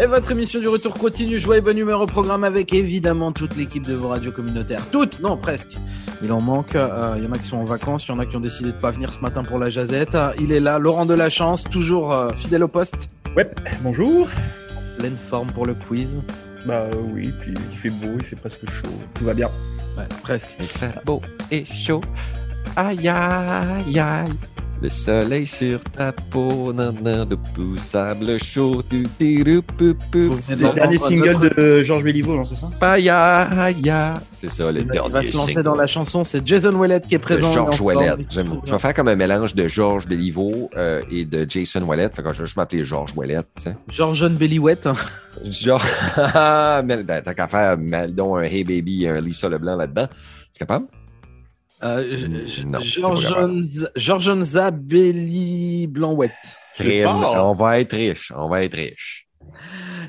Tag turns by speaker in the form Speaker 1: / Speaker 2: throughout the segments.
Speaker 1: Et votre émission du retour continue, joie et bonne humeur au programme avec évidemment toute l'équipe de vos radios communautaires. Toutes, non presque. Il en manque, il euh, y en a qui sont en vacances, il y en a qui ont décidé de pas venir ce matin pour la jazette. Euh, il est là, Laurent de la Chance, toujours euh, fidèle au poste.
Speaker 2: Ouais, bonjour.
Speaker 1: Pleine forme pour le quiz.
Speaker 2: Bah oui, puis il fait beau, il fait presque chaud, tout va bien.
Speaker 1: Ouais, presque.
Speaker 3: Il fait beau et chaud. Ah, Aïe aïe aïe. Le soleil sur ta peau, nan nan, de pou, sable chaud, du tiru, pou, pou,
Speaker 2: C'est le dernier single de Georges Béliveau, non, c'est ça
Speaker 3: paya, ya. C'est ça, le
Speaker 1: Il va-
Speaker 3: dernier
Speaker 1: il va se lancer
Speaker 3: single
Speaker 1: dans la chanson, c'est Jason Wellett qui est
Speaker 3: de
Speaker 1: présent.
Speaker 3: Georges
Speaker 1: Il est en
Speaker 3: Ouellet.
Speaker 1: forme.
Speaker 3: J'aime- Je vais faire comme un mélange de Georges Béliveau euh, et de Jason Ouellet. Fait que je vais juste m'appeler Georges Ouellet, tu sais.
Speaker 1: Georges Belliwet.
Speaker 3: Genre, Ah, mais, ben, t'as qu'à faire mal, dont un Hey Baby et un Lisa Leblanc là-dedans. Tu es capable?
Speaker 1: Euh, je- je-
Speaker 3: Non, c'est pas
Speaker 1: Georges- Georges Belli Blanouette.
Speaker 3: Crime.
Speaker 2: fort.
Speaker 3: On va être riche. On va être riche.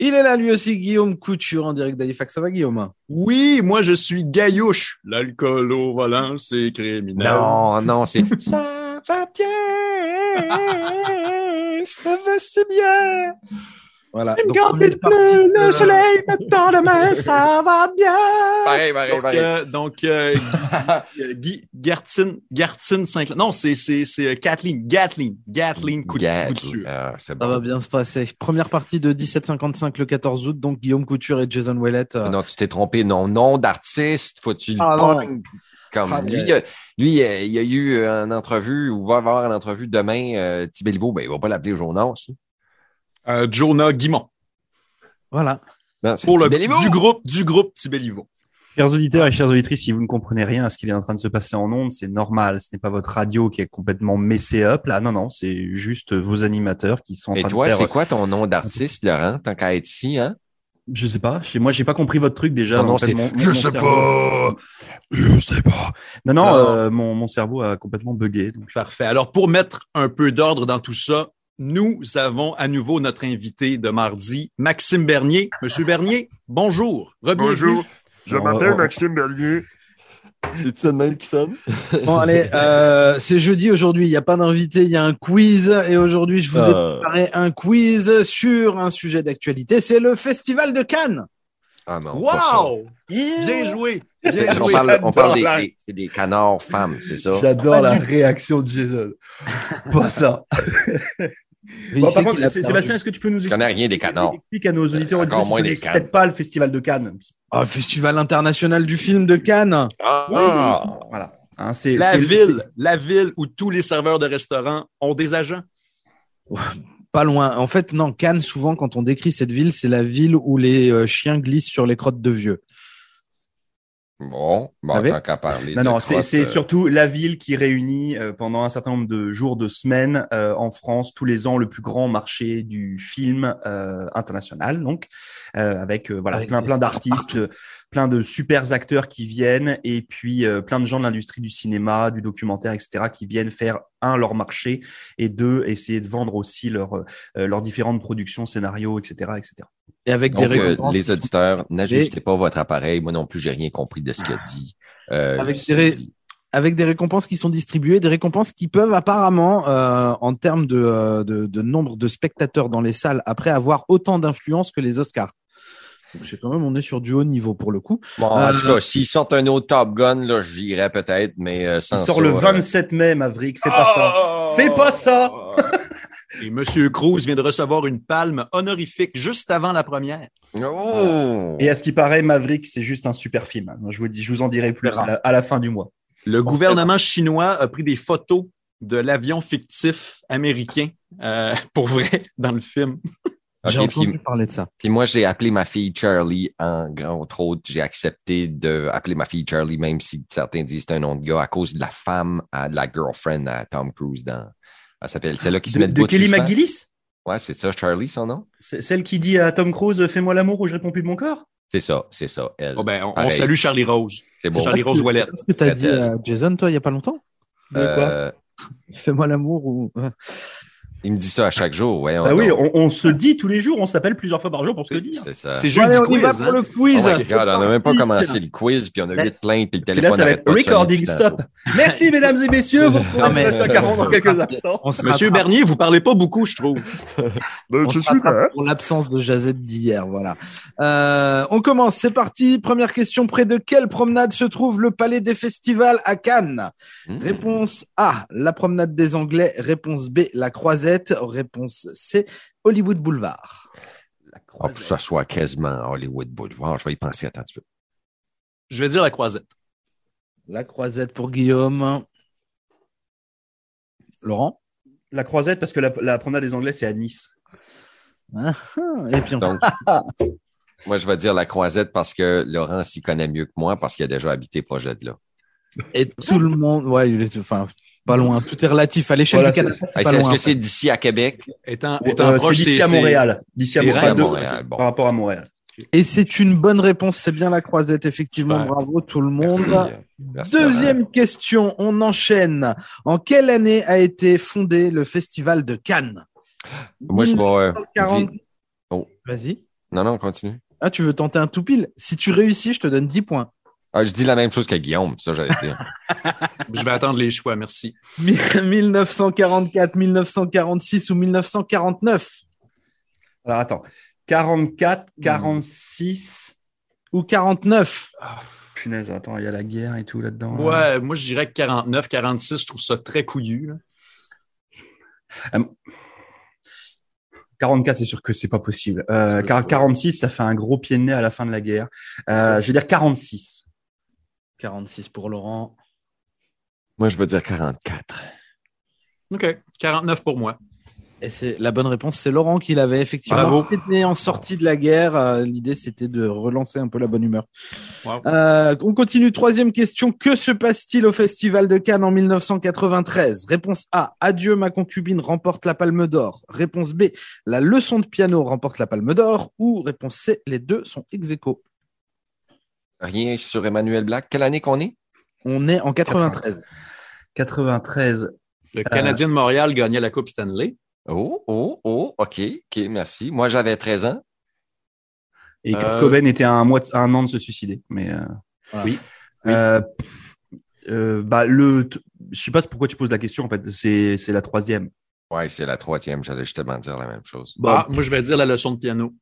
Speaker 1: Il est là lui aussi, Guillaume Couture en direct d'Halifax. Ça va Guillaume
Speaker 4: Oui, moi je suis gaillouche. L'alcool au volant, c'est criminel.
Speaker 3: Non, non, c'est. ça va bien. ça va si bien.
Speaker 1: Voilà. Donc, on
Speaker 3: Regardez
Speaker 1: est parti de-
Speaker 3: maintenant demain, ça va bien. Pareil, pareil,
Speaker 4: Donc,
Speaker 3: pareil.
Speaker 4: euh, donc, euh, Guy, euh, Guy- Gartine, Gartine Sinclair. Non, c'est, c'est, c'est euh, Kathleen, Gatlin, Gatlin Cout-
Speaker 3: Gag.
Speaker 4: Couture.
Speaker 3: Ah, c'est
Speaker 1: Ça va
Speaker 3: bon.
Speaker 1: bien se passer. Première partie de 1755 le 14 août, donc Guillaume Couture et Jason Wellett. euh,
Speaker 3: Non, tu t'es trompé. Non, nom d'artiste, faut que tu le
Speaker 1: Ah, non.
Speaker 3: pognes. Comme
Speaker 1: Ah,
Speaker 3: lui,
Speaker 1: mais-
Speaker 3: il a- lui, euh, il y a eu euh, une entrevue, ou va avoir une entrevue demain, euh, Thibeliveau, ben, il va pas l'appeler Jonas.
Speaker 4: Euh, Jonah Guimont.
Speaker 1: Voilà.
Speaker 3: Non, c'est
Speaker 4: Pour le
Speaker 3: Thibeliveau.
Speaker 4: du groupe, du groupe Tibelivo.
Speaker 5: Chers auditeurs et chères auditrices, si vous ne comprenez rien à ce qu'il est en train de se passer en ondes, c'est normal. Ce n'est pas votre radio qui est complètement messée up là. Non, non, c'est juste vos animateurs qui sont en
Speaker 3: Et
Speaker 5: train
Speaker 3: toi,
Speaker 5: de faire.
Speaker 3: c'est quoi ton nom d'artiste, Laurent, tant qu'à être ici, hein?
Speaker 5: Je sais pas. Chez moi, j'ai pas compris votre truc déjà.
Speaker 3: Ton nom,
Speaker 5: En fait,
Speaker 3: Ah c'est-
Speaker 5: mon- mon-
Speaker 3: Je
Speaker 5: mon
Speaker 3: sais
Speaker 5: cerveau- Je sais pas. Non, non,
Speaker 4: Non, non.
Speaker 5: euh, mon, mon cerveau a complètement bugué. donc-
Speaker 4: Parfait. Alors, pour mettre un peu d'ordre dans tout ça, nous avons à nouveau notre invité de mardi, Maxime Bernier. Monsieur Bernier, bonjour. Re-bienvenue.
Speaker 6: Bonjour, je
Speaker 3: On-
Speaker 6: m'appelle
Speaker 3: on-
Speaker 6: Maxime Bernier.
Speaker 3: C'est ça même qui sonne?
Speaker 1: Bon, allez, euh, c'est jeudi aujourd'hui. Il n'y a pas d'invité, il y a un quiz. Et aujourd'hui, je vous ai
Speaker 5: Euh.
Speaker 1: préparé un quiz sur un sujet d'actualité. C'est le Festival de Cannes.
Speaker 3: Ah non. pas ça.
Speaker 4: Wow! Bien joué! Bien
Speaker 3: On
Speaker 4: joué!
Speaker 3: parle, on parle des, des- c'est des canards femmes, c'est ça?
Speaker 7: J'adore la réaction de Jason. Pas ça.
Speaker 5: Bon,
Speaker 1: Vérifiez
Speaker 5: par contre,
Speaker 1: qu'il a
Speaker 5: c'est-
Speaker 1: perdu.
Speaker 5: Sébastien, est-ce que tu peux nous
Speaker 3: Je
Speaker 5: expliquer
Speaker 3: connais rien Ah, des canards.
Speaker 5: Explique à nos auditeurs
Speaker 3: Euh,
Speaker 5: et
Speaker 3: encore
Speaker 5: auditrices qui
Speaker 3: moins
Speaker 5: ne
Speaker 3: des
Speaker 5: connaissent
Speaker 3: cannes.
Speaker 5: peut-être pas le festival de Cannes.
Speaker 1: Ah, le Festival international du film de Cannes.
Speaker 3: Ah!
Speaker 5: Voilà. Hein, c'est
Speaker 4: La
Speaker 5: c'est-
Speaker 4: ville, la ville où tous les serveurs de restaurants ont des agents.
Speaker 1: Pas loin. En fait, non, Cannes, souvent, quand on décrit cette ville, c'est la ville où les euh, chiens glissent sur les crottes de vieux.
Speaker 3: Bon, bon,
Speaker 1: Ah oui?
Speaker 3: tant qu'à parler.
Speaker 5: Non,
Speaker 3: de
Speaker 5: non, c'est
Speaker 3: crottes,
Speaker 5: c'est
Speaker 3: euh,
Speaker 5: surtout la ville qui réunit euh, pendant un certain nombre de jours, de semaines euh, en France tous les ans le plus grand marché du film euh, international, donc euh, avec euh, voilà
Speaker 1: Avec
Speaker 5: plein
Speaker 1: des
Speaker 5: plein d'artistes, euh, plein de super acteurs qui viennent et puis euh, plein de gens de l'industrie du cinéma, du documentaire, etc. qui viennent faire un leur marché et deux essayer de vendre aussi leur euh, leurs différentes productions, scénarios, etc., etc.
Speaker 1: Et avec
Speaker 3: Donc,
Speaker 1: des
Speaker 3: euh,
Speaker 1: récompenses qui
Speaker 3: les
Speaker 1: sont-
Speaker 3: auditeurs, n'ajustez pas votre appareil. Moi non plus, j'ai rien compris de ce qu'il a dit. Euh,
Speaker 1: Avec
Speaker 3: je-
Speaker 1: des ré- avec des récompenses qui sont distribuées, des récompenses qui peuvent apparemment, euh, en termes de, euh, de, de nombre de spectateurs dans les salles, après avoir autant d'influence que les Oscars. Donc c'est quand même, on est sur du haut niveau pour le coup.
Speaker 3: Bon, en
Speaker 1: Euh,
Speaker 3: tout cas, s'ils sortent un autre Top Gun, là, j'irai peut-être, mais euh, sans
Speaker 5: Il sort
Speaker 3: ça,
Speaker 5: le
Speaker 3: euh,
Speaker 5: 27 mai, Maverick, fais pas ça.
Speaker 4: Ah!
Speaker 5: Fais pas ça!
Speaker 4: Et Monsieur Cruz vient de recevoir une palme honorifique juste avant la première.
Speaker 3: oh!
Speaker 5: Et à ce qui paraît, Maverick, c'est juste un super film. Moi, Je vous, dis, je vous en dirai plus à la, à la fin du mois.
Speaker 4: Le gouvernement chinois a pris des photos de l'avion fictif américain euh, pour vrai dans le film.
Speaker 3: Ok,
Speaker 1: J'ai entendu
Speaker 3: Ah, puis-
Speaker 1: parler de ça.
Speaker 3: Puis moi, j'ai appelé ma fille Charlie en grand entre autres. J'ai accepté d'appeler ma fille Charlie, même si certains disent que c'est un nom de gars, à cause de la femme, à, de la girlfriend à Tom Cruise dans. Elle s'appelle celle-là qui se
Speaker 5: de
Speaker 3: met
Speaker 5: de
Speaker 3: debout dessus,
Speaker 5: Kelly
Speaker 3: je pense.
Speaker 5: McGillis
Speaker 3: Ouais, c'est ça, Charlie, son nom?
Speaker 5: C'est- Celle qui dit à Tom Cruise « Fais-moi l'amour ou je réponds plus de mon corps
Speaker 3: C'est ça, c'est ça, elle.
Speaker 4: Oh, ben, on- on,
Speaker 3: Pareil.
Speaker 4: salue Charlie Rose.
Speaker 3: c'est bon.
Speaker 4: Charlie
Speaker 1: C'est pas
Speaker 4: Rose
Speaker 1: ce que-
Speaker 4: Wallet.
Speaker 1: c'est pas ce que t'as
Speaker 3: Peut-être,
Speaker 1: dit à
Speaker 3: euh,
Speaker 1: Jason, toi, il y a pas longtemps
Speaker 5: De quoi
Speaker 3: Euh,
Speaker 1: Fais-moi l'amour ou... Ouais.
Speaker 3: Il me dit ça à chaque jour. Ouais, on-
Speaker 5: Bah oui,
Speaker 3: on-
Speaker 5: on, on se dit tous les jours, on s'appelle plusieurs fois par jour pour se le dire.
Speaker 3: c'est ça.
Speaker 4: C'est
Speaker 1: Allez,
Speaker 4: jeudi
Speaker 1: on y
Speaker 4: quiz.
Speaker 1: va pour
Speaker 4: hein.
Speaker 1: le
Speaker 3: Oh my
Speaker 1: quiz.
Speaker 3: God, on n'a même pas
Speaker 5: parti.
Speaker 3: commencé le quiz, puis on a
Speaker 5: Là-
Speaker 3: huit plaintes, puis le
Speaker 5: Ben, Puis là,
Speaker 3: téléphone.
Speaker 5: ça va
Speaker 3: n'arrête
Speaker 5: être
Speaker 3: pas de sonner
Speaker 5: recording
Speaker 3: depuis
Speaker 5: stop.
Speaker 3: tantôt.
Speaker 5: Merci, mesdames et messieurs. Vous
Speaker 1: Non,
Speaker 5: retrouvez
Speaker 1: mais-
Speaker 5: Smash à 40 dans quelques instants.
Speaker 1: On se
Speaker 4: Monsieur
Speaker 1: rattrape-
Speaker 4: Bernier, vous parlez pas beaucoup, je trouve. Ben,
Speaker 1: on se rattrape pour l'absence de Jazette d'hier, voilà. Euh, on commence, c'est parti. Première question, près de quelle promenade se trouve le palais des festivals à Cannes
Speaker 3: Hmm.
Speaker 1: Réponse A, la promenade des Anglais. Réponse B, la Croisette. Réponse C, Hollywood Boulevard.
Speaker 3: Ah, faut que ça soit quasiment à Hollywood Boulevard. Je vais y penser attends un petit peu.
Speaker 4: Je vais dire la croisette.
Speaker 1: La Croisette pour Guillaume. Laurent
Speaker 5: La croisette, parce que la, la promenade des Anglais, c'est à Nice.
Speaker 1: Hum, Et puis on...
Speaker 3: Donc, moi, je vais dire la croisette parce que Laurent s'y connaît mieux que moi parce qu'il a déjà habité projet de là.
Speaker 1: Et tout le monde, ouais, il est- enfin, pas loin. Tout est relatif à l'échelle
Speaker 5: Voilà,
Speaker 1: du Canada. c'est
Speaker 3: Hey,
Speaker 1: pas
Speaker 3: c'est- Est-ce
Speaker 1: loin,
Speaker 3: que
Speaker 1: en fait.
Speaker 3: c'est d'ici à Québec?
Speaker 4: Étant,
Speaker 5: Euh,
Speaker 4: étant
Speaker 5: c'est
Speaker 4: proche,
Speaker 5: d'ici à
Speaker 4: c'est-
Speaker 5: Montréal. D'ici à
Speaker 4: c'est
Speaker 3: C'est à
Speaker 5: Montréal. de-
Speaker 3: Montréal. Bon.
Speaker 5: Par rapport à Montréal.
Speaker 1: Et c'est une bonne réponse. C'est bien la Croisette, effectivement.
Speaker 3: Super.
Speaker 1: Bravo tout le monde.
Speaker 3: Merci, euh, merci, Laurent.
Speaker 1: Deuxième question, on enchaîne. En quelle année a été fondé le festival de Cannes
Speaker 3: Moi, je vais. euh,
Speaker 1: 1940.
Speaker 3: dire- Oh.
Speaker 1: Vas-y.
Speaker 3: Non, non, continue.
Speaker 1: Ah, tu veux tenter un tout pile Si tu réussis, je te donne 10 points.
Speaker 3: Ah, je dis la même chose que Guillaume, ça, j'allais dire.
Speaker 4: Je vais attendre les choix, merci.
Speaker 1: 1944, 1946 ou 1949
Speaker 5: Alors attends. 44, 46.
Speaker 1: ou 49
Speaker 5: Punaise, attends, il y a la guerre et tout là-dedans. là.
Speaker 4: Ouais, moi, je dirais que 49, 46, je trouve ça très couillu. là.
Speaker 5: 44, c'est sûr que c'est pas possible. Euh,
Speaker 3: C'est pas
Speaker 5: car-
Speaker 3: sûr.
Speaker 5: 46, ça fait un gros pied de nez à la fin de la guerre. Euh, je vais dire 46.
Speaker 1: 46 pour Laurent.
Speaker 3: Moi, je vais dire 44.
Speaker 4: OK, 49 pour moi.
Speaker 1: Et c'est la bonne réponse, c'est Laurent qui l'avait effectivement
Speaker 4: Bravo.
Speaker 1: né en sortie de la guerre. Euh, L'idée, c'était de relancer un peu la bonne humeur.
Speaker 4: Wow.
Speaker 1: Euh, on continue. Troisième question. Que se passe-t-il au Festival de Cannes en 1993 Réponse A. Adieu ma concubine remporte la Palme d'Or. Réponse B. La leçon de piano remporte la Palme d'Or. Ou réponse C. Les deux sont ex aequo.
Speaker 3: Rien sur Emmanuel Black. Quelle année qu'on est?
Speaker 1: On est en 93.
Speaker 5: 93.
Speaker 4: Le Canadien de Montréal gagnait la Coupe Stanley.
Speaker 3: Oh, oh, oh, OK, OK, merci. Moi, j'avais 13 ans.
Speaker 5: Et Kurt
Speaker 4: Euh,
Speaker 5: Cobain était à un, mois de- à un an de se suicider. Mais euh,
Speaker 1: Voilà.
Speaker 5: oui. Euh, pff, euh, bah, le, t- je sais pas pourquoi tu poses la question. En fait, c'est c'est la troisième.
Speaker 3: Ouais, c'est la troisième, j'allais justement dire la même chose.
Speaker 5: Bah,
Speaker 4: Ah, moi, je vais dire la leçon de piano.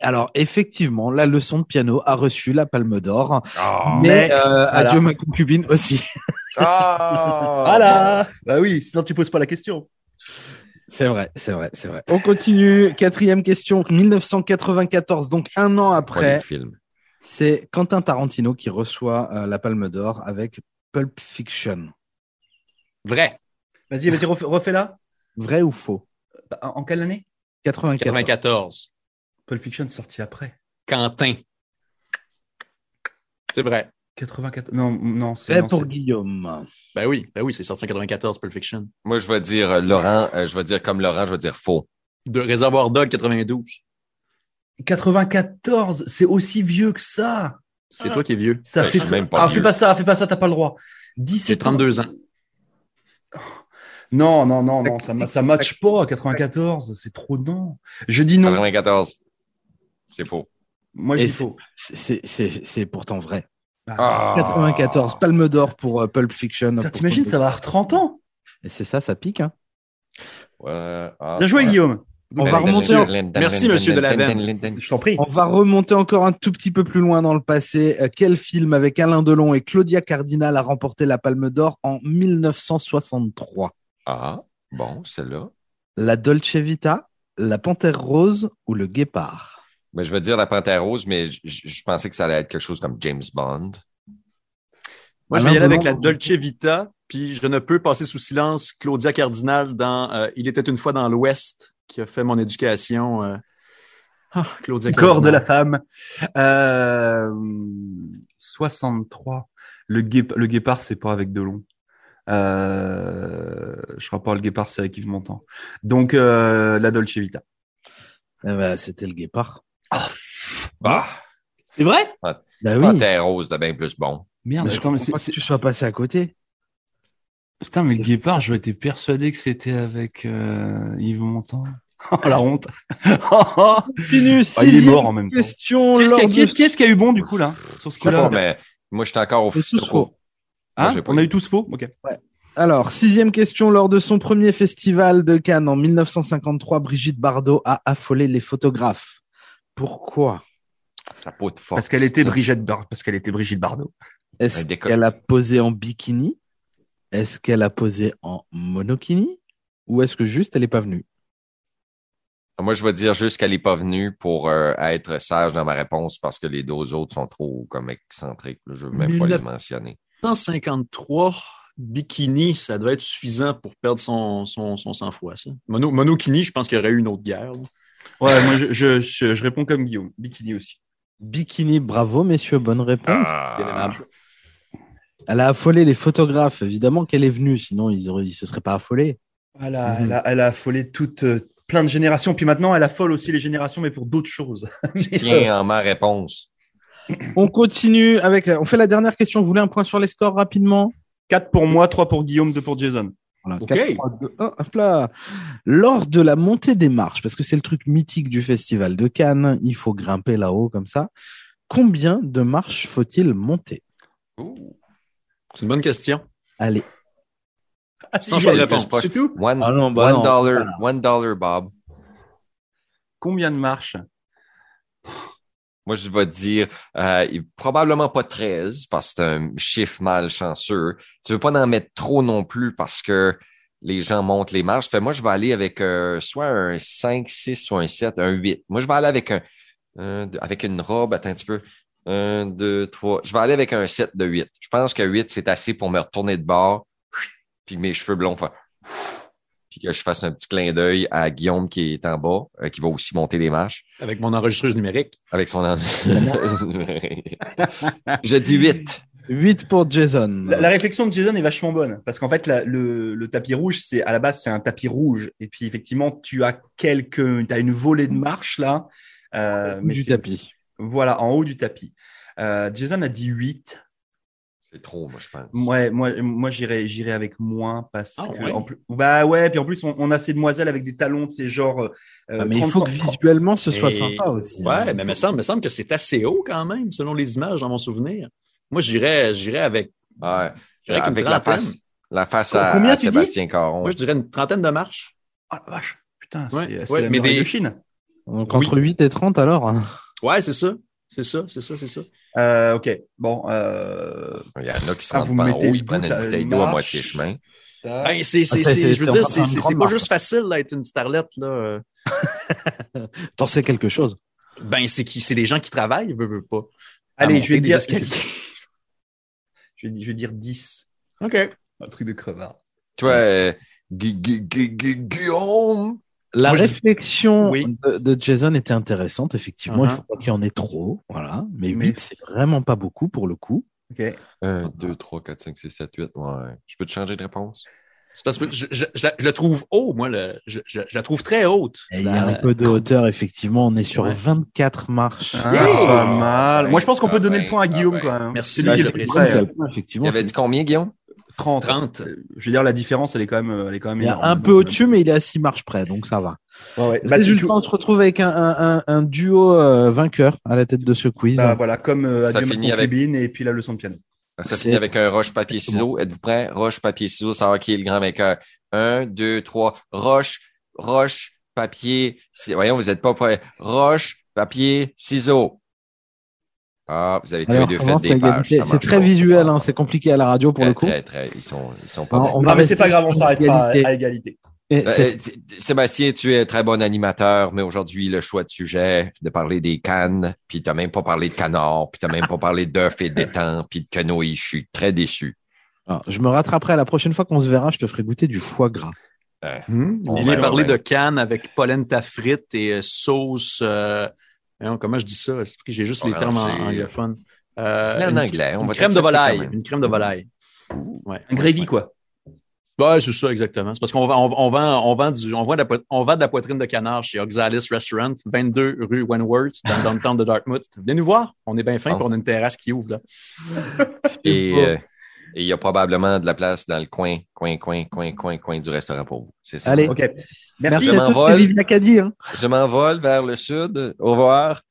Speaker 1: Alors effectivement, la leçon de piano a reçu la Palme d'Or.
Speaker 3: Ah!
Speaker 1: mais
Speaker 5: Mais,
Speaker 1: euh,
Speaker 5: voilà.
Speaker 1: adieu ma concubine aussi.
Speaker 3: Ah!
Speaker 5: Voilà. Bah oui. Sinon, tu poses pas la question.
Speaker 1: C'est vrai, c'est vrai, c'est vrai. On continue. Quatrième question. 1994, donc un an
Speaker 3: Premier
Speaker 1: après,
Speaker 3: film.
Speaker 1: c'est Quentin Tarantino qui reçoit euh, la Palme d'Or avec Pulp Fiction.
Speaker 4: Vrai,
Speaker 5: Vas-y, vas-y, refais, refais-la.
Speaker 1: Vrai ou faux
Speaker 5: Bah, en, en quelle année
Speaker 1: 94.
Speaker 4: 94.
Speaker 5: Pulp Fiction sorti après.
Speaker 4: Quentin. C'est vrai.
Speaker 5: 84. Non, non, c'est.
Speaker 1: Vrai
Speaker 5: non,
Speaker 1: pour
Speaker 5: c'est-
Speaker 1: Guillaume.
Speaker 4: Ben oui, ben oui, c'est sorti en 94, Pulp Fiction.
Speaker 3: Moi, je vais dire euh, Laurent, euh, je vais dire comme Laurent, je vais dire faux.
Speaker 4: De Réservoir Dog 92.
Speaker 5: 94. C'est aussi vieux que ça.
Speaker 4: C'est toi qui es vieux.
Speaker 5: Ça
Speaker 3: Ouais,
Speaker 5: fait
Speaker 3: je suis même pas
Speaker 5: Ah,
Speaker 3: vieux.
Speaker 5: fais pas ça, fais pas ça, t'as pas le droit.
Speaker 4: J'ai
Speaker 5: 17
Speaker 4: 32 ans.
Speaker 5: Non, non, non, non, ça, ma- ça match pas. 94, c'est trop non. Je dis
Speaker 3: Ah,
Speaker 5: non.
Speaker 3: 94. C'est faux.
Speaker 5: Moi, je
Speaker 1: Et
Speaker 5: dis
Speaker 1: c'est-
Speaker 5: faux. Bah,
Speaker 1: C'est- C'est c'est pourtant vrai.
Speaker 3: Ah.
Speaker 1: 94, Palme d'Or pour euh, Pulp Fiction.
Speaker 5: Putain,
Speaker 1: Pour
Speaker 5: T'imagines,
Speaker 1: Pulp-
Speaker 5: ça va avoir 30 ans.
Speaker 1: Et C'est ça, ça pique. hein.
Speaker 3: Ouais, ah,
Speaker 5: Bien joué,
Speaker 3: ouais.
Speaker 5: Guillaume. Bah,
Speaker 1: On va remonter. en-
Speaker 4: Merci, monsieur Delavenne.
Speaker 5: Je t'en prie.
Speaker 1: On va remonter encore un tout petit peu plus loin dans le passé. Euh, Quel film avec Alain Delon et Claudia Cardinal a remporté la Palme d'Or en 1963
Speaker 3: Ah, bon, celle-là.
Speaker 1: La Dolce Vita, la Panthère Rose ou le Guépard
Speaker 3: Mais Ben, je vais dire la Panthère Rose, mais j- j- je pensais que ça allait être quelque chose comme James Bond.
Speaker 4: Moi, je
Speaker 1: Alain
Speaker 4: vais y aller avec la
Speaker 1: Delon.
Speaker 4: Dolce Vita, puis je ne peux passer sous silence Claudia Cardinal dans euh, Il était une fois dans l'Ouest, qui a fait mon éducation. euh. Ah, Claudia
Speaker 5: Corps de
Speaker 4: Cardinal.
Speaker 5: la femme. Euh, 63. Le, guép- le guépard, c'est pas avec Delon. Euh, je crois pas, le guépard, c'est avec Yves Montand. Donc, euh, la Dolce Vita.
Speaker 1: Eh ben, C'était le Guépard.
Speaker 3: Ah,
Speaker 5: C'est vrai?
Speaker 1: Bah oui.
Speaker 3: Panthère Rose, de bien plus bon.
Speaker 5: Merde,
Speaker 6: Ah,
Speaker 1: Mais je
Speaker 5: attends, mais
Speaker 1: comprends
Speaker 5: c'est-
Speaker 1: pas que tu sois passé à côté.
Speaker 6: Putain, mais Guépard, j'aurais été persuadé que c'était avec euh, Yves Montand. Oh, la honte. Ah,
Speaker 1: Continue,
Speaker 5: il est
Speaker 1: sixième
Speaker 5: mort hein. en même temps. Qui
Speaker 1: Question.
Speaker 6: est-ce qu'il y a-
Speaker 1: lors
Speaker 6: qui
Speaker 1: de-
Speaker 6: est-ce qui est-ce qu'il y a eu bon, du coup, là, sur ce
Speaker 3: Bon,
Speaker 6: coup-là
Speaker 3: mais moi, j'étais encore au
Speaker 1: Le
Speaker 3: Fustoco.
Speaker 1: Fustoco.
Speaker 6: Hein
Speaker 3: j'ai pas
Speaker 5: On a
Speaker 3: eu.
Speaker 5: eu tous faux Ok.
Speaker 1: Alors, sixième question. Lors de son premier festival de Cannes en 1953, Brigitte Bardot a affolé les photographes. Pourquoi
Speaker 3: Sa peau de force.
Speaker 5: Parce qu'elle était
Speaker 3: Ça,
Speaker 5: Brigitte Bardot. Parce qu'elle était Brigitte Bardot.
Speaker 1: Est-ce
Speaker 3: Elle décolle.
Speaker 1: qu'elle a posé en bikini Est-ce qu'elle a posé en monokini Ou est-ce que juste elle n'est pas venue
Speaker 3: Moi, je vais dire juste qu'elle n'est pas venue pour euh, être sage dans ma réponse parce que les deux autres sont trop comme excentriques. là. Je ne veux même pas les
Speaker 4: 19.
Speaker 3: mentionner.
Speaker 4: 153 bikini, ça devait être suffisant pour perdre son, son, son sang-froid. ça. Mono, monokini, je pense qu'il y aurait eu une autre guerre. là.
Speaker 5: Ouais, moi, je, je, je, je réponds comme Guillaume. Bikini aussi.
Speaker 1: Bikini, bravo messieurs, bonne réponse.
Speaker 5: Ah.
Speaker 4: Bien
Speaker 3: Ah,
Speaker 4: aimable.
Speaker 1: Elle a affolé les photographes, évidemment qu'elle est venue, sinon ils ne se seraient pas affolés.
Speaker 5: Elle a,
Speaker 1: Mhm.
Speaker 5: elle, a, Ah, elle a affolé toutes, euh, plein de générations. Puis maintenant, elle affole aussi les générations, mais pour d'autres choses. euh,
Speaker 3: Je tiens en ma réponse.
Speaker 1: On continue avec... la- On fait la dernière question, vous voulez un point sur les scores rapidement
Speaker 5: 4 pour moi, 3 pour Guillaume, 2 pour Jason.
Speaker 1: Voilà,
Speaker 4: Ok.
Speaker 1: quatre, trois, deux, un, hop là. Lors de la montée des marches, parce que c'est le truc mythique du festival de Cannes, il faut grimper là-haut comme ça. Combien de marches faut-il monter
Speaker 3: Ouh.
Speaker 4: C'est une bonne question.
Speaker 1: Allez.
Speaker 4: Sans choix de
Speaker 3: il y a
Speaker 4: réponse.
Speaker 3: plus proche.
Speaker 4: C'est tout?
Speaker 3: One,
Speaker 1: Ah non, bah
Speaker 3: one
Speaker 1: non.
Speaker 3: dollar, one dollar, Bob.
Speaker 5: Combien de marches
Speaker 3: Moi, je vais dire euh, il- probablement pas 13 parce que c'est un chiffre malchanceux. Tu veux pas en mettre trop non plus parce que les gens montent les marches. Fait, moi, je vais aller avec euh, soit un 5, 6 ou un 7, un 8. Moi, je vais aller avec un, un, deux- avec une robe. Attends un petit peu. 1, 2, 3. Je vais aller avec un 7 de 8. Je pense que 8, c'est assez pour me retourner de bord. Puis que mes cheveux blonds font. Puis que je fasse un petit clin d'œil à Guillaume qui est en bas, euh, qui va aussi monter les marches
Speaker 4: Avec mon enregistreuse numérique.
Speaker 3: avec son âme. je dis 8.
Speaker 1: 8 pour Jason.
Speaker 5: la, la réflexion de Jason est vachement bonne parce qu'en fait, la- le, le tapis rouge, c'est à la base c'est un tapis rouge et puis effectivement, tu as quelques, t'as une volée de marches là, euh, mais
Speaker 1: du
Speaker 5: c'est-
Speaker 1: tapis.
Speaker 5: voilà, en haut du tapis. Euh, Jason a dit 8.
Speaker 3: C'est trop, moi, je pense.
Speaker 5: Ouais, moi, moi j'irai j'irai avec moins parce
Speaker 4: Ah
Speaker 5: que
Speaker 4: ouais
Speaker 5: en plus, bah ouais, puis en plus on, on a ces demoiselles avec des talons de ces genres. euh,
Speaker 1: Ah, mais il
Speaker 5: 30,
Speaker 1: faut que
Speaker 5: 30.
Speaker 1: visuellement ce soit
Speaker 4: Et-
Speaker 1: sympa aussi. hein.
Speaker 4: Ouais, mais il me semble, me semble que c'est assez haut quand même, selon les images dans mon souvenir. Moi, j'irais j'irais avec,
Speaker 3: Ouais.
Speaker 4: j'irais Ah, avec,
Speaker 3: Avec
Speaker 4: une
Speaker 3: la
Speaker 4: trentaine.
Speaker 3: face, la face à,
Speaker 5: Combien
Speaker 3: à
Speaker 5: tu dis
Speaker 3: Sébastien Caron.
Speaker 4: Moi, je dirais une trentaine de marches.
Speaker 5: Ah la vache, putain,
Speaker 4: Ouais,
Speaker 5: c'est c'est
Speaker 4: ouais,
Speaker 5: la
Speaker 4: mais
Speaker 5: muraille
Speaker 4: des-
Speaker 5: de Chine.
Speaker 1: Donc entre 8 et 30 alors. hein.
Speaker 4: Ouais, c'est ça. C'est ça, c'est ça, c'est ça.
Speaker 5: Euh, ok, bon, euh,
Speaker 3: Il y en a qui se
Speaker 5: Ah,
Speaker 3: rendent
Speaker 5: vous
Speaker 3: pas en
Speaker 5: mettez
Speaker 3: haut,
Speaker 5: le
Speaker 3: ils prennent
Speaker 5: bout
Speaker 3: une
Speaker 5: de la
Speaker 3: bouteille d'eau à
Speaker 5: marche.
Speaker 3: moitié chemin.
Speaker 4: Ben, c'est, c'est,
Speaker 1: Ah,
Speaker 4: c'est- je veux
Speaker 1: c'est-
Speaker 4: dire,
Speaker 1: c'est-
Speaker 4: c'est, c'est,
Speaker 1: c'est
Speaker 4: c'est
Speaker 1: une
Speaker 4: pas
Speaker 1: grande
Speaker 4: juste facile d'être une starlette. Là.
Speaker 1: T'en sais quelque chose.
Speaker 4: Ben, c'est, qui, c'est les gens qui travaillent, veut, veut pas. à
Speaker 5: allez,
Speaker 4: monter
Speaker 5: je vais
Speaker 4: des
Speaker 5: dire,
Speaker 4: escaliers.
Speaker 5: je vais, je vais dire 10.
Speaker 4: OK.
Speaker 5: Un truc de crevard.
Speaker 3: Toi, euh, Gu- Gu- Gu- Gu- Guillaume.
Speaker 1: La
Speaker 4: Moi, je-
Speaker 1: réflexion
Speaker 4: Oui.
Speaker 1: de, de Jason était intéressante, effectivement.
Speaker 4: Uh-huh.
Speaker 1: Il faut pas qu'il y en ait trop. Voilà. Mais
Speaker 5: Mais-
Speaker 1: 8, c'est vraiment pas beaucoup pour le coup.
Speaker 5: Ok. Ah.
Speaker 3: 1, 2, 3, 4, 5, 6, 7, 8. Ouais. Je peux te changer de réponse?
Speaker 4: C'est parce que je, je- je la, je la trouve haut, moi. le- je, je- je la trouve très haute.
Speaker 1: Et Eh, il y a un peu de hauteur, effectivement. On est sur 24 marches.
Speaker 5: Ah,
Speaker 4: Yeah
Speaker 5: pas mal. Moi, je pense qu'on peut
Speaker 3: Ah
Speaker 5: donner
Speaker 3: ben,
Speaker 5: le point à
Speaker 3: ah
Speaker 5: Guillaume
Speaker 3: ben.
Speaker 5: quand même.
Speaker 4: Merci,
Speaker 5: C'est lui qui est le plus
Speaker 4: j'apprécie.
Speaker 5: près.
Speaker 1: Ouais,
Speaker 3: Il
Speaker 1: effectivement,
Speaker 3: y avait
Speaker 1: c'est-
Speaker 3: dit combien, Guillaume?
Speaker 5: 30.
Speaker 4: 30.
Speaker 5: Euh, Je veux dire, la différence, elle est quand même, euh, elle est quand même
Speaker 1: il y a
Speaker 5: énorme.
Speaker 1: un peu au-dessus, mais il est à 6 marches près, donc ça va.
Speaker 5: Ouais, ouais. Bah, tu-
Speaker 1: Résultat,
Speaker 5: tu-
Speaker 1: on se retrouve avec un, un- un- un duo euh, vainqueur à la tête de ce quiz.
Speaker 5: bah, voilà, comme euh,
Speaker 3: Ça
Speaker 5: Adieu ma
Speaker 3: finit avec-
Speaker 5: concubine et puis la leçon de piano.
Speaker 3: Ça
Speaker 1: C'est-
Speaker 3: finit avec un roche, papier, ciseaux. Êtes-vous prêts? Roche, papier, ciseaux, savoir qui est le grand vainqueur. Un, deux, trois. Roche, roche, papier. ci- Voyons, vous n'êtes pas prêts. Roche, papier, ciseaux. Ah, vous avez tous
Speaker 1: Allez,
Speaker 3: les
Speaker 1: on
Speaker 3: deux fait
Speaker 1: recommence
Speaker 3: des
Speaker 1: à
Speaker 3: pages.
Speaker 1: égalité.
Speaker 3: ça
Speaker 1: C'est
Speaker 3: marche
Speaker 1: très
Speaker 3: pas.
Speaker 1: visuel, hein, c'est compliqué à la radio pour
Speaker 3: Très,
Speaker 1: le coup.
Speaker 3: très, très. Ils sont, ils sont pas
Speaker 1: Non,
Speaker 3: bons.
Speaker 1: on va
Speaker 5: Non, mais c'est
Speaker 1: rester
Speaker 5: pas grave, on
Speaker 1: sur
Speaker 5: s'arrêtera à,
Speaker 1: égalité.
Speaker 5: à égalité.
Speaker 1: Et
Speaker 3: Euh,
Speaker 1: c'est-
Speaker 3: t- t- Sébastien, tu es très bon animateur, mais aujourd'hui, le choix de sujet, de parler des cannes, puis t'as même pas parlé de canard, puis t'as même pas parlé d'œufs et d'étangs, puis de canoë. Je suis très déçu.
Speaker 1: Alors, je me rattraperai la prochaine fois qu'on se verra, je te ferai goûter du foie gras. Hmm,
Speaker 3: On
Speaker 4: Il est
Speaker 3: va-
Speaker 4: parlé
Speaker 3: on
Speaker 4: de
Speaker 3: va-
Speaker 4: canne avec polenta frite et euh, sauce. euh, voyons, comment je dis ça? Oh, C'est parce que J'ai juste les termes en-
Speaker 3: Orangé.
Speaker 4: en anglophones. Euh,
Speaker 3: C'est en
Speaker 4: une-
Speaker 3: anglais. On
Speaker 4: une
Speaker 3: va
Speaker 4: crème de
Speaker 3: t'accepter quand
Speaker 4: volaille.
Speaker 3: même.
Speaker 4: Une crème de volaille. Ouais.
Speaker 5: Un gravy, quoi.
Speaker 4: Bah, Ouais, c'est ça, exactement. C'est parce qu'on vend, on, on vend, on vend du, on vend de la, poi- on vend de la poitrine de canard chez Oxalis Restaurant, 22 rue Wentworth, dans le downtown de Dartmouth. Venez nous voir. On est bien fins,
Speaker 3: Bon.
Speaker 4: puis on a une terrasse qui ouvre, là.
Speaker 3: Et
Speaker 1: beau.
Speaker 3: euh, Et il y a probablement de la place dans le coin, coin, coin, coin, coin, coin du restaurant pour vous. C'est ça.
Speaker 1: Allez.
Speaker 5: Ok.
Speaker 1: Merci,
Speaker 5: Merci.
Speaker 3: Je
Speaker 1: à tous,
Speaker 3: m'envole.
Speaker 1: c'est Vive l'Acadie. Hein.
Speaker 3: Je m'envole vers le sud. Au revoir.